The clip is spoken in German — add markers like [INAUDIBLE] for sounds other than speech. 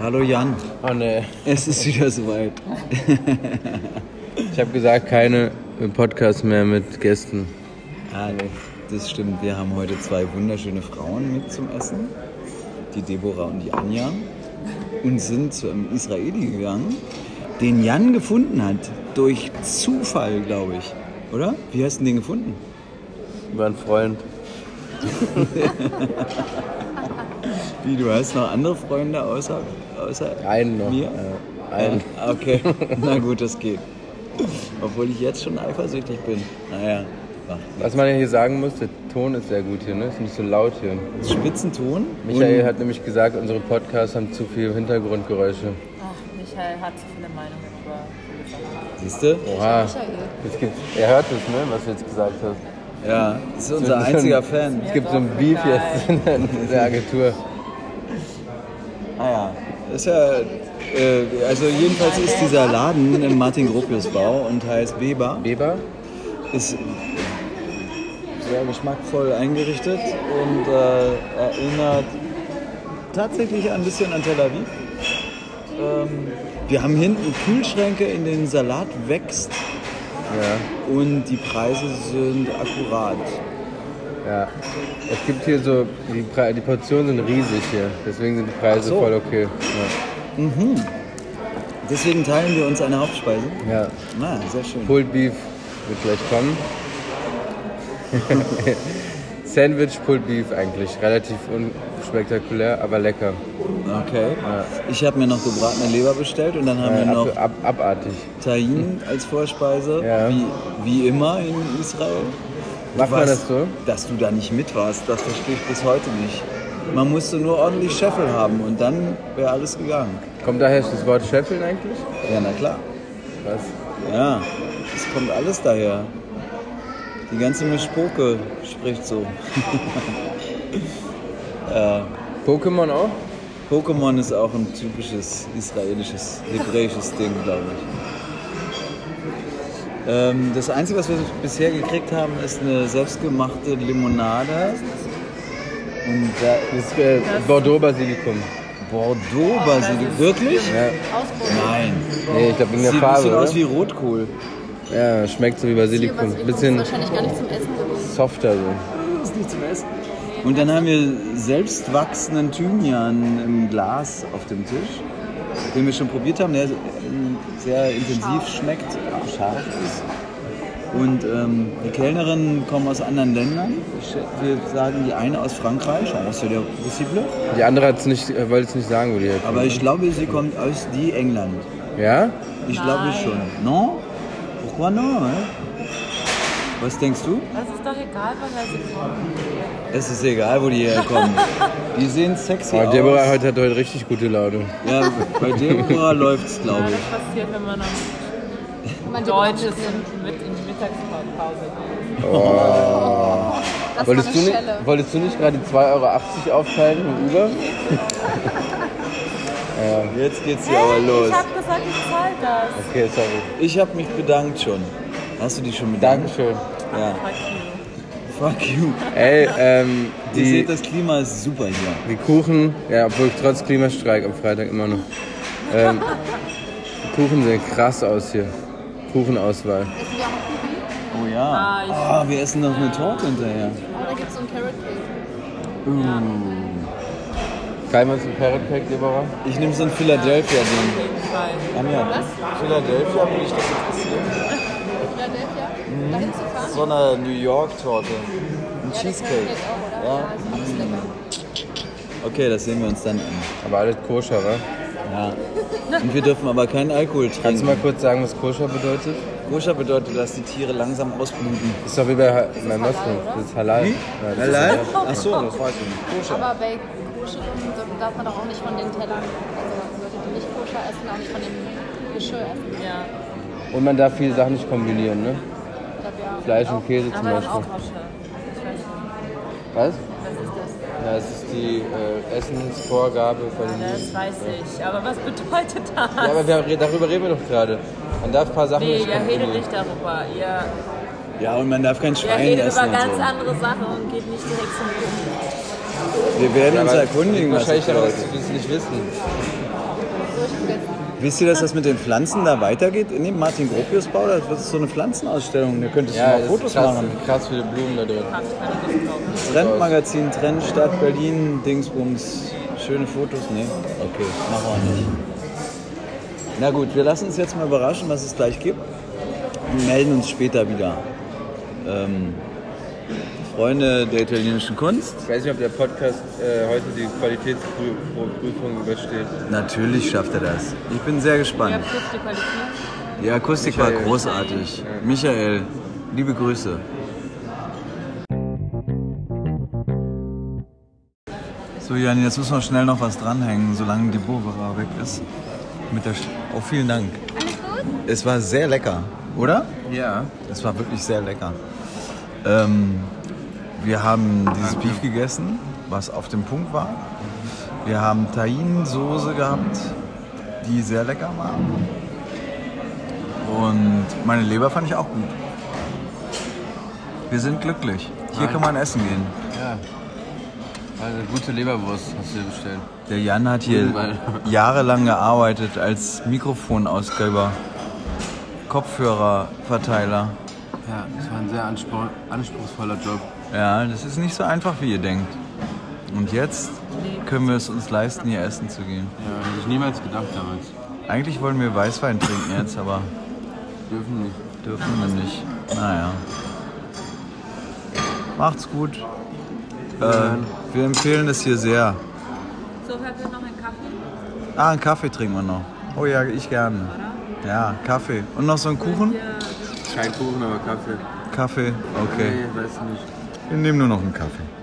Hallo Jan, Oh ne, es ist wieder soweit. ich habe gesagt, keine Podcasts mehr mit Gästen. Ah, nee, das stimmt, wir haben heute zwei wunderschöne Frauen mit zum Essen, die Deborah und die Anja, und sind zu einem Israeli gegangen, den Jan gefunden hat, durch Zufall, glaube ich. Oder? Wie hast du den gefunden? Über einen Freund. Wie, du hast noch andere Freunde außer, außer Einen noch. mir? Äh, einen. Ja, okay, na gut, das geht. Obwohl ich jetzt schon eifersüchtig bin. Naja, macht Was man ja hier sagen muss, der Ton ist sehr gut hier, ne? Ist nicht so laut hier. Spitzenton. Michael hat nämlich gesagt, unsere Podcasts haben zu viele Hintergrundgeräusche. Ach, Michael hat so viele Meinungen über viele Sachen. Siehst du? Oha. Michael. Jetzt gibt's, er hört es, ne? Was du jetzt gesagt hast. Ja, das ist unser einziger Fan. Es gibt so ein Beef jetzt in der, in der Agentur. Ah ja. Das ist ja. Äh, also, jedenfalls ist dieser Laden im Martin-Gropius-Bau und heißt Weber. Weber? Ist sehr geschmackvoll eingerichtet und äh, erinnert tatsächlich ein bisschen an Tel Aviv. Ähm, wir haben hinten Kühlschränke, in denen Salat wächst Ja. und die Preise sind akkurat. Ja. Es gibt hier so, die, Pre die Portionen sind riesig hier. Deswegen sind die Preise so. voll okay. Ja. Deswegen teilen wir uns eine Hauptspeise. ja. Na, sehr schön. Pulled Beef wird gleich kommen. [LAUGHS] Sandwich Pulled Beef eigentlich. Relativ unspektakulär, aber lecker. Okay. Ich habe mir noch gebratene Leber bestellt und dann haben Äh, wir noch ab, ab, abartig. Tahin als Vorspeise, Ja. wie, wie immer in Israel. Du Macht man weißt, das so? Dass du da nicht mit warst, das verstehe ich bis heute nicht. Man musste nur ordentlich Scheffel haben und dann wäre alles gegangen. Kommt daher das Wort Scheffeln eigentlich? Ja, na klar. Was? Ja, es kommt alles daher. Die ganze Mischpoke spricht so. Pokémon auch? Pokémon ist auch ein typisches israelisches, hebräisches Ding, glaube ich. Ähm, das Einzige, was wir bisher gekriegt haben, ist eine selbstgemachte Limonade. Und da Das ist äh, Bordeaux Basilikum. Bordeaux Basilikum. Wirklich? Ja. Ausprobieren. Nein. Nee, ich glaube wegen der Sieht ein Farbe. bisschen aus wie Oder? Rotkohl. Ja, schmeckt so wie Basilikum. Bisschen wahrscheinlich gar nicht zum Essen gewesen. softer so. Das ist nicht zum Essen. Und dann haben wir selbst wachsenden Thymian im Glas auf dem Tisch, den wir schon probiert haben, der ähm, sehr intensiv schmeckt, auch scharf ist. Und ähm, die Kellnerinnen kommen aus anderen Ländern. Ich schä- Wir sagen die eine aus Frankreich, aus der Possible. Die andere hat's nicht, äh, wollte es nicht sagen, wo die herkommt. Aber ich glaube, sie kommt aus die England. Ja? Ich glaube schon. Non? Pourquoi non? eh? Was denkst du? Das ist doch egal, woher sie kommen. Es ist egal, wo die herkommen. Die sehen sexy Oh, aus. Deborah heute hat heute richtig gute Laune. Ja, bei [LAUGHS] Deborah läuft's, Ja, glaube das ich. passiert, wenn man am Deutsches in, mit in die Mittagspause geht. Wolltest du, nicht, wolltest du nicht gerade die 2,80 Euro aufteilen und über? Jetzt geht's hier aber los. Ich hab gesagt, ich zahl das. Okay, sorry. Ich habe mich bedankt schon. Hast du die schon bedankt? Dankeschön. Ja. Fuck you. Fuck you. Ey, ähm, Ihr die, seht, das Klima ist super hier. die Kuchen, ja, obwohl ich trotz Klimastreik am Freitag immer noch. Ähm, die Kuchen sehen krass aus hier. Kuchenauswahl. Oh ja. Ah, wir essen noch eine Torte hinterher. Da gibt es so einen Carrot Cake. Kann man zum Parrot Pack, Deborah? Ich nehme so ein Philadelphia-Ding. Weil Anja, Philadelphia bin ich das Philadelphia, dahin zu fahren. so eine New York-Torte. Ein Cheesecake. auch, Ja. oder? also das ist lecker. Okay, das sehen wir uns dann an. Aber alles koscher, wa? Ja. Und wir dürfen aber keinen Alkohol Kannst du mal trinken. kurz sagen, was koscher bedeutet? Koscher bedeutet, dass die Tiere langsam ausbluten. Ist doch wie bei, Ha- bei Moslems. Das ist halal. Ja, das ist halal. Ach so, das weiß ich nicht. Koscher. Oh. Aber bei Koscheren darf man doch auch nicht von den Tellern, also Leute, die nicht koscher essen, auch nicht von dem Geschirr essen. ja, Und man darf viele Sachen nicht kombinieren, ne? Ich glaube, ja. Fleisch und Käse zum aber dann auch Beispiel. Koscher. Ich weiß Was? nicht, was ist das? Ja, es ist die äh, Essensvorgabe von den Das weiß ich. Aber was bedeutet das? Ja, aber wir, darüber reden wir doch gerade. Man darf ein paar Sachen Nee, nicht genau. ihr redet kombinieren. nicht darüber. Ihr, Ja, und man darf kein ihr Schwein redet essen. über und ganz so. andere Sachen und geht nicht direkt zum Kuchen. Wir werden Ja, uns aber erkundigen, was Wahrscheinlich die daran, dass Leute. wir es nicht wissen. gegessen. Wisst ihr, dass das mit den Pflanzen da weitergeht? In dem Martin Gropius Bau, da wird so eine Pflanzenausstellung. Da könntest Ja, du mal das Fotos ist krass, machen. krass viele Blumen da drin. Hab ich keine Lust drauf. Trendmagazin, Trendstadt Berlin, Dingsbums. Schöne Fotos? Nee? Okay, machen wir nicht. Na gut, wir lassen uns jetzt mal überraschen, was es gleich gibt. Und melden uns später wieder. Ähm, Freunde der italienischen Kunst. Ich weiß nicht, ob der Podcast äh, heute die Qualitätsprüfung übersteht. Natürlich schafft er das. Ich bin sehr Wer gespannt. prüft die Qualität? Die Akustik war Michael. großartig. Michael, liebe Grüße. So, Jan, jetzt müssen wir schnell noch was dranhängen, solange die Bovera weg ist. Mit der Sch oh, vielen Dank. Alles gut? Es war sehr lecker, oder? Ja. Es war wirklich sehr lecker. Ähm, wir haben dieses Beef gegessen, was auf dem Punkt war. Wir haben Tahin-Soße gehabt, die sehr lecker war. Und meine Leber fand ich auch gut. Wir sind glücklich. Hier kann man essen gehen. Ja. Eine gute Leberwurst hast du dir bestellt. Der Jan hat hier Irgendwann. jahrelang gearbeitet als Mikrofonausgeber, Kopfhörerverteiler. Ja, das war ein sehr anspruch- anspruchsvoller Job. Ja, das ist nicht so einfach, wie ihr denkt. Und jetzt können wir es uns leisten, hier essen zu gehen. Ja, hätte ich niemals gedacht damals. Eigentlich wollen wir Weißwein trinken jetzt, aber Dürfen nicht. dürfen wir nicht. Naja. Macht's gut. Äh, wir empfehlen es hier sehr. So, hört ihr noch einen Kaffee? Ah, einen Kaffee trinken wir noch. Oh ja, ich gerne. Ja, Kaffee. Und noch so einen Kuchen? Kein Kuchen, aber Kaffee. Kaffee. Okay. Nee, weiß nicht. Wir nehmen nur noch einen Kaffee.